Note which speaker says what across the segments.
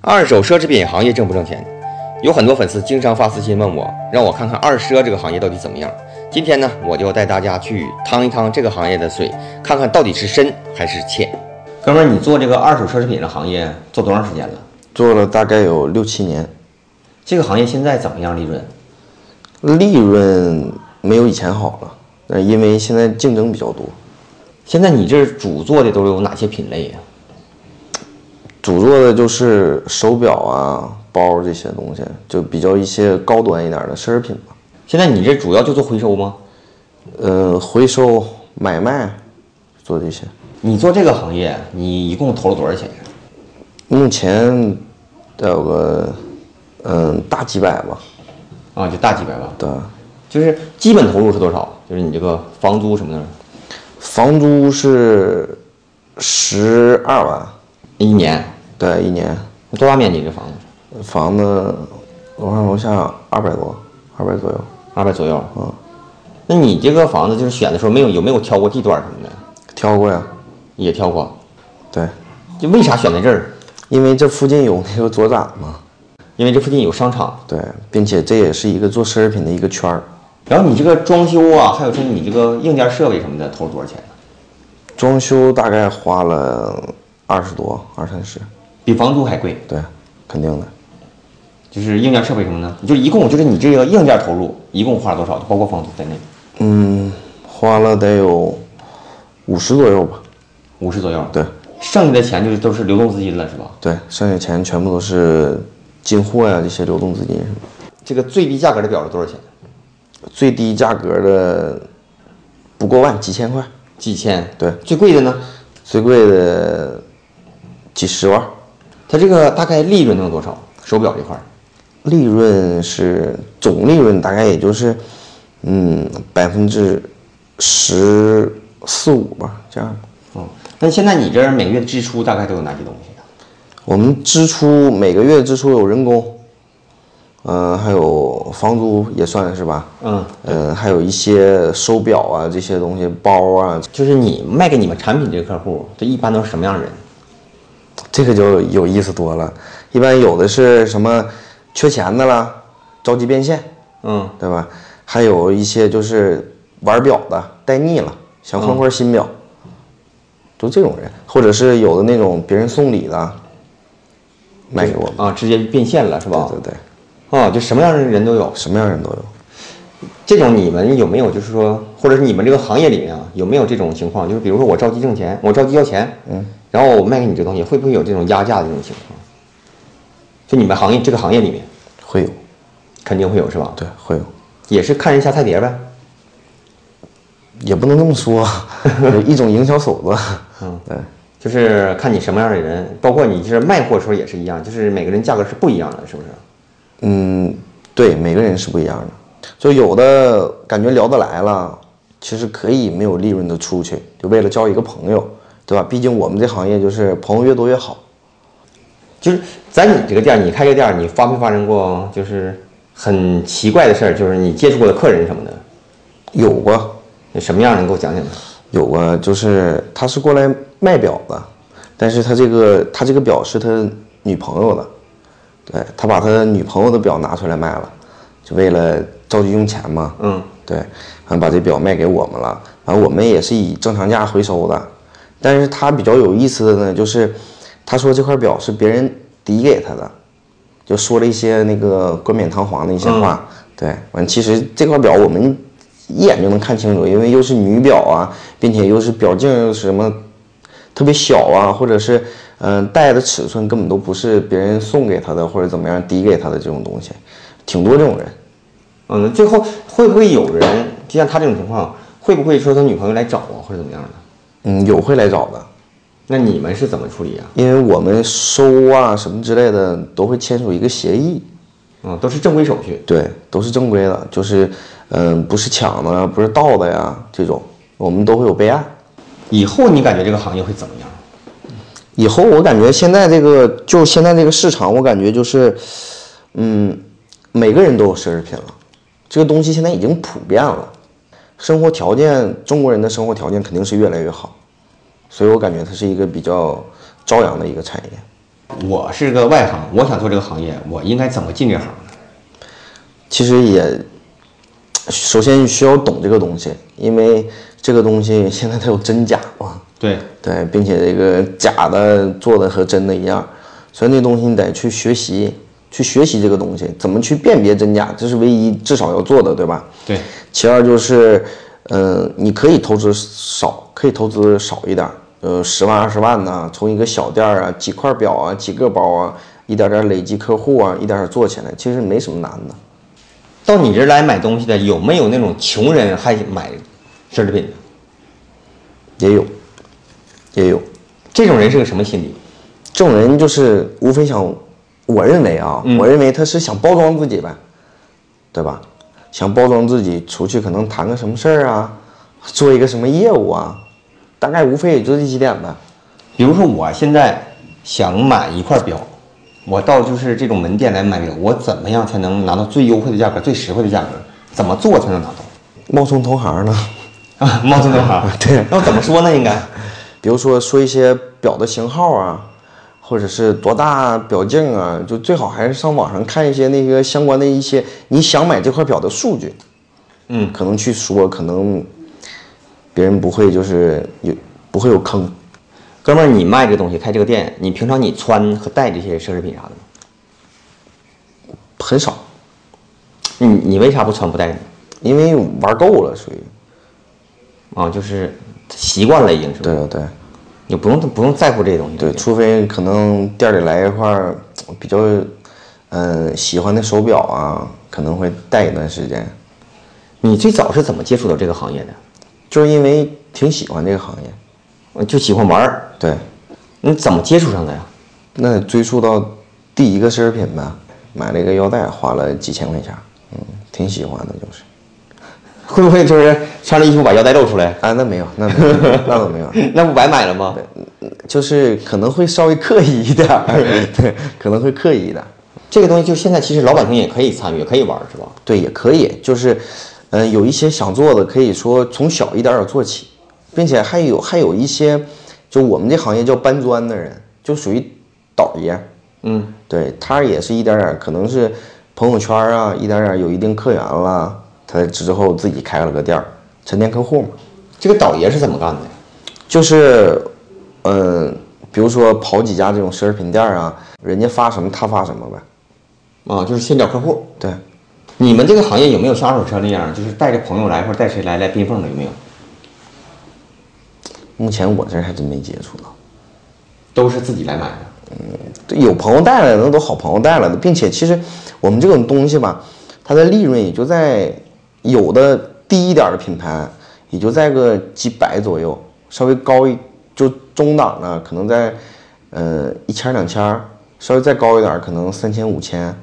Speaker 1: 二手奢侈品行业挣不挣钱？有很多粉丝经常发私信问我，让我看看二奢这个行业到底怎么样。今天呢，我就带大家去趟一趟这个行业的水，看看到底是深还是浅。哥们儿，你做这个二手奢侈品的行业做多长时间了？
Speaker 2: 做了大概有六七年，
Speaker 1: 这个行业现在怎么样？利润？
Speaker 2: 利润没有以前好了，那因为现在竞争比较多，
Speaker 1: 现在你这儿主做的都有哪些品类呀、
Speaker 2: 主做的就是手表啊、包这些东西，就比较一些高端一点的奢侈品吧。
Speaker 1: 现在你这主要就做回收吗？
Speaker 2: 呃，回收、买卖，做这些。
Speaker 1: 你做这个行业，你一共投了多少钱呀？
Speaker 2: 目前得有个嗯、大几百吧，
Speaker 1: 啊，就大几百万。
Speaker 2: 对，
Speaker 1: 就是基本投入是多少？就是你这个房租什么的，
Speaker 2: 房租是十二万，
Speaker 1: 一年
Speaker 2: 对，一年。
Speaker 1: 多大面积？这房子
Speaker 2: 房子楼上楼下二百多，二百左右，
Speaker 1: 二百左右。嗯，那你这个房子就是选的时候没有有没有挑过地段什么的？
Speaker 2: 挑过呀，
Speaker 1: 也挑过，
Speaker 2: 对，
Speaker 1: 就为啥选在这儿？
Speaker 2: 因为这附近有那个左展嘛，
Speaker 1: 因为这附近有商场，
Speaker 2: 对，并且这也是一个做奢侈品的一个圈儿，
Speaker 1: 然后你这个装修啊，还有说你这个硬件设备什么的，投了多少钱呢？
Speaker 2: 装修大概花了二十多二三十，
Speaker 1: 比房租还贵，
Speaker 2: 对，肯定的，
Speaker 1: 就是硬件设备什么呢？就是一共就是你这个硬件投入一共花了多少？就包括房租在内，
Speaker 2: 花了得有五十左右吧，
Speaker 1: 五十左右。
Speaker 2: 对，
Speaker 1: 剩下的钱就是都是流动资金了，是吧？
Speaker 2: 对，剩下钱全部都是进货呀、这些流动资金什么的，
Speaker 1: 这个最低价格的表是多少钱？
Speaker 2: 最低价格的不过万，几千块，
Speaker 1: 几千。
Speaker 2: 对
Speaker 1: 最贵的呢？
Speaker 2: 最贵的几十万，
Speaker 1: 它这个大概利润能有多少？手表这块儿，
Speaker 2: 利润是总利润大概也就是，嗯，百分之十四五吧，这样。
Speaker 1: 嗯，那现在你这儿每个月的支出大概都有哪些东西呀、啊
Speaker 2: 我们支出每个月支出有人工，嗯、还有房租也算是吧，
Speaker 1: 嗯，
Speaker 2: 嗯、还有一些手表啊这些东西，包啊，
Speaker 1: 就是你卖给你们产品这个客户，这一般都是什么样的人？
Speaker 2: 这个就有意思多了。一般有的是什么缺钱的啦，着急变现，
Speaker 1: 嗯，
Speaker 2: 对吧？还有一些就是玩表的戴腻了，想换块新表，就这种人，或者是有的那种别人送礼的，卖给我们，
Speaker 1: 啊，直接变现了是吧？
Speaker 2: 对对对，
Speaker 1: 啊，就什么样的人都有。
Speaker 2: 什么样人都有。
Speaker 1: 这种你们有没有就是说，或者是你们这个行业里面啊，有没有这种情况？就是比如说我着急挣钱，我着急要钱，嗯，然后我卖给你这东西，会不会有这种压价的这种情况？就你们行业这个行业里面
Speaker 2: 会有，
Speaker 1: 肯定会有是吧？
Speaker 2: 对，会有，
Speaker 1: 也是看人下菜碟呗。
Speaker 2: 也不能这么说， 一种营销手段。嗯，对，
Speaker 1: 就是看你什么样的人，包括你就是卖货的时候也是一样，就是每个人价格是不一样的，是不是？
Speaker 2: 嗯，对，每个人是不一样的，就有的感觉聊得来了，其实可以没有利润的出去，就为了交一个朋友，对吧？毕竟我们这行业就是朋友越多越好。
Speaker 1: 就是在你这个店儿，你开这个店儿，你发没发生过就是很奇怪的事儿？就是你接触过的客人什么的，
Speaker 2: 有过，
Speaker 1: 那什么样的？你给我讲讲呗。
Speaker 2: 有过，就是他是过来卖表的，但是他这个他这个表是他女朋友的，对他把他女朋友的表拿出来卖了，就为了着急用钱嘛。
Speaker 1: 嗯，
Speaker 2: 对，然后把这表卖给我们了，然后我们也是以正常价回收的。但是他比较有意思的呢，就是他说这块表是别人抵给他的，就说了一些那个冠冕堂皇的一些话。对，完其实这块表我们一眼就能看清楚，因为又是女表啊，并且又是表径又是什么特别小啊，或者是嗯、呃戴的尺寸根本都不是别人送给他的或者怎么样抵给他的这种东西，挺多这种人。
Speaker 1: 嗯，最后会不会有人就像他这种情况，会不会说他女朋友来找啊，或者怎么样的？
Speaker 2: 嗯，有会来找的，
Speaker 1: 那你们是怎么处理啊？
Speaker 2: 因为我们收啊什么之类的都会签署一个协议，
Speaker 1: 嗯，都是正规手续。
Speaker 2: 对，都是正规的，就是嗯、不是抢的啊，不是盗的呀，这种我们都会有备案。
Speaker 1: 以后你感觉这个行业会怎么样？
Speaker 2: 以后我感觉现在这个就现在这个市场，我感觉就是，嗯，每个人都有奢侈品了，这个东西现在已经普遍了，生活条件，中国人的生活条件肯定是越来越好，所以我感觉它是一个比较朝阳的一个产业。
Speaker 1: 我是个外行，我想做这个行业，我应该怎么进这行呢？
Speaker 2: 其实也，首先你需要懂这个东西，因为这个东西现在它有真假嘛，
Speaker 1: 对，
Speaker 2: 对，并且这个假的做的和真的一样，所以那东西你得去学习，去学习这个东西，怎么去辨别真假，这是唯一至少要做的，对吧？
Speaker 1: 对，
Speaker 2: 其二就是，嗯、你可以投资少，可以投资少一点儿，呃，十万二十万呐、从一个小店儿啊，几块表啊，几个包啊，一点点累积客户啊，一点点做起来，其实没什么难的。
Speaker 1: 到你这儿来买东西的有没有那种穷人还买奢侈品的？
Speaker 2: 也有，也有
Speaker 1: 这种人是个什么心理？
Speaker 2: 这种人就是无非想，我认为啊，我认为他是想包装自己呗，对吧？想包装自己，出去可能谈个什么事儿啊，做一个什么业务啊，大概无非也就这几点呗。
Speaker 1: 比如说我现在想买一块表，我到就是这种门店来买表，我怎么样才能拿到最优惠的价格、最实惠的价格？怎么做才能拿到？
Speaker 2: 冒充同行呢，
Speaker 1: 啊，冒充同行。
Speaker 2: 对
Speaker 1: 那我怎么说呢？应该
Speaker 2: 比如说说一些表的型号啊，或者是多大表径啊，就最好还是上网上看一些那个相关的一些你想买这块表的数据，
Speaker 1: 嗯，
Speaker 2: 可能去说，可能别人不会就是有不会有坑，
Speaker 1: 哥们儿，你卖这个东西，开这个店，你平常你穿和戴这些奢侈品啥的吗？
Speaker 2: 很少，
Speaker 1: 你你为啥不穿不戴呢？
Speaker 2: 因为玩够了属于，
Speaker 1: 啊，就是习惯了已经是吧？
Speaker 2: 对对对
Speaker 1: 你不用不用在乎这些东西。
Speaker 2: 对，除非可能店里来一块儿比较嗯、喜欢的手表啊，可能会戴一段时间，
Speaker 1: 你最早是怎么接触到这个行业的？
Speaker 2: 就是因为挺喜欢这个行业，
Speaker 1: 我就喜欢玩儿，
Speaker 2: 对。
Speaker 1: 你怎么接触上的呀？
Speaker 2: 那得追溯到第一个奢侈品呗，买了一个腰带，花了几千块钱，嗯，挺喜欢的，就是。
Speaker 1: 会不会就是穿着衣服把腰带露出来？
Speaker 2: 啊，那没有，那 没有，那倒没有，
Speaker 1: 那不白买了吗？
Speaker 2: 就是可能会稍微刻意一点儿， 对，可能会刻意一点儿，
Speaker 1: 这个东西就现在其实老百姓也可以参与，也可以玩儿，是吧？
Speaker 2: 对，也可以，就是，嗯、有一些想做的，可以说从小一点点做起，并且还有还有一些，就我们这行业叫搬砖的人，就属于倒爷，
Speaker 1: 嗯，
Speaker 2: 对他也是一点点儿，可能是朋友圈儿啊，一点点儿有一定客源了，他之后自己开了个店儿，沉淀客户嘛。
Speaker 1: 这个倒爷是怎么干的呀？
Speaker 2: 就是，嗯、比如说跑几家这种奢侈品店儿啊，人家发什么他发什么呗。
Speaker 1: 啊，就是先找客户。
Speaker 2: 对，
Speaker 1: 你们这个行业有没有像二手车那样，就是带着朋友来或者带谁来来冰缝的？有没有？
Speaker 2: 目前我这儿还真没接触到。
Speaker 1: 都是自己来买的。
Speaker 2: 对有朋友带来的那都好朋友带来的，并且其实我们这种东西吧，它的利润也就在有的低一点的品牌也就在个几百左右，稍微高一就中档的可能在呃一千两千儿，稍微再高一点儿可能三千五千，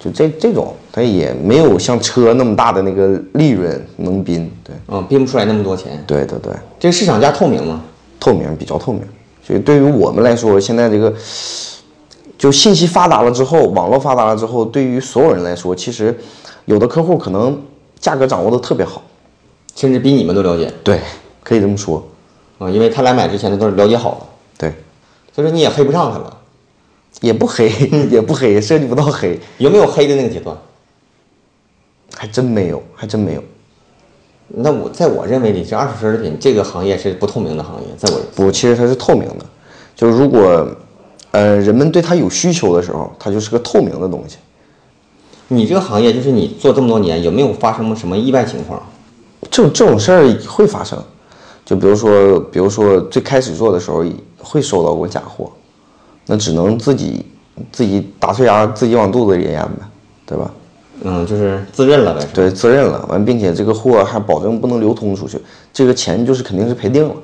Speaker 2: 就这这种它也没有像车那么大的那个利润能宾，对
Speaker 1: 嗯，拼不出来那么多钱。
Speaker 2: 对对对，
Speaker 1: 这个市场价透明吗？
Speaker 2: 透明比较透明，所以对于我们来说，现在这个就信息发达了之后，网络发达了之后，对于所有人来说，其实有的客户可能价格掌握的特别好，
Speaker 1: 甚至比你们都了解
Speaker 2: 对，可以这么说，
Speaker 1: 啊，因为他来买之前他都了解好了，
Speaker 2: 对，
Speaker 1: 所以说你也黑不上他了。
Speaker 2: 也不黑， 也不黑，涉及不到黑，
Speaker 1: 有没有黑的那个阶段？
Speaker 2: 还真没有，还真没有，
Speaker 1: 那我在我认为里，这二手奢侈品这个行业是不透明的行业，在我认为
Speaker 2: 不，其实它是透明的，就是如果呃人们对它有需求的时候，它就是个透明的东西。
Speaker 1: 你这个行业就是你做这么多年，有没有发生过什么意外情况？
Speaker 2: 这种这种事儿会发生，就比如说，比如说最开始做的时候会收到过假货，那只能自己自己打碎牙自己往肚子里咽呗，对吧？
Speaker 1: 嗯，就是自认了呗。
Speaker 2: 对，自认了，完，并且这个货还保证不能流通出去，这个钱就是肯定是赔定了。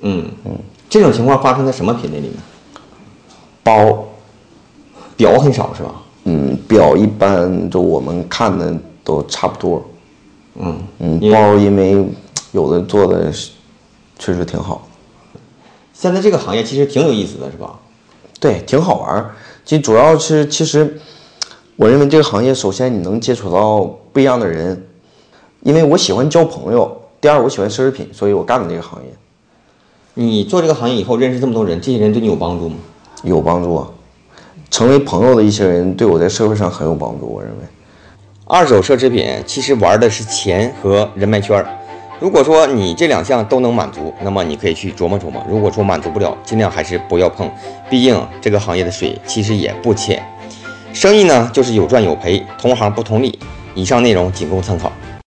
Speaker 1: 嗯嗯，这种情况发生在什么品类里面？
Speaker 2: 包，
Speaker 1: 表很少是吧？
Speaker 2: 嗯，表一般就我们看的都差不多，
Speaker 1: 嗯，
Speaker 2: 嗯，
Speaker 1: 因为
Speaker 2: 包因为有的做的是确实挺好。
Speaker 1: 现在这个行业其实挺有意思的，是吧？
Speaker 2: 对，挺好玩儿。其实主要是，其实我认为这个行业，首先你能接触到不一样的人，因为我喜欢交朋友。第二，我喜欢奢侈品，所以我干的这个行业
Speaker 1: 你做这个行业以后认识这么多人，这些人对你有帮助吗？
Speaker 2: 有帮助啊。成为朋友的一些人，对我在社会上很有帮助。我认为，
Speaker 1: 二手奢侈品其实玩的是钱和人脉圈儿。如果说你这两项都能满足，那么你可以去琢磨琢磨。如果说满足不了，尽量还是不要碰，毕竟这个行业的水其实也不浅。生意呢，就是有赚有赔，同行不同理。以上内容仅供参考。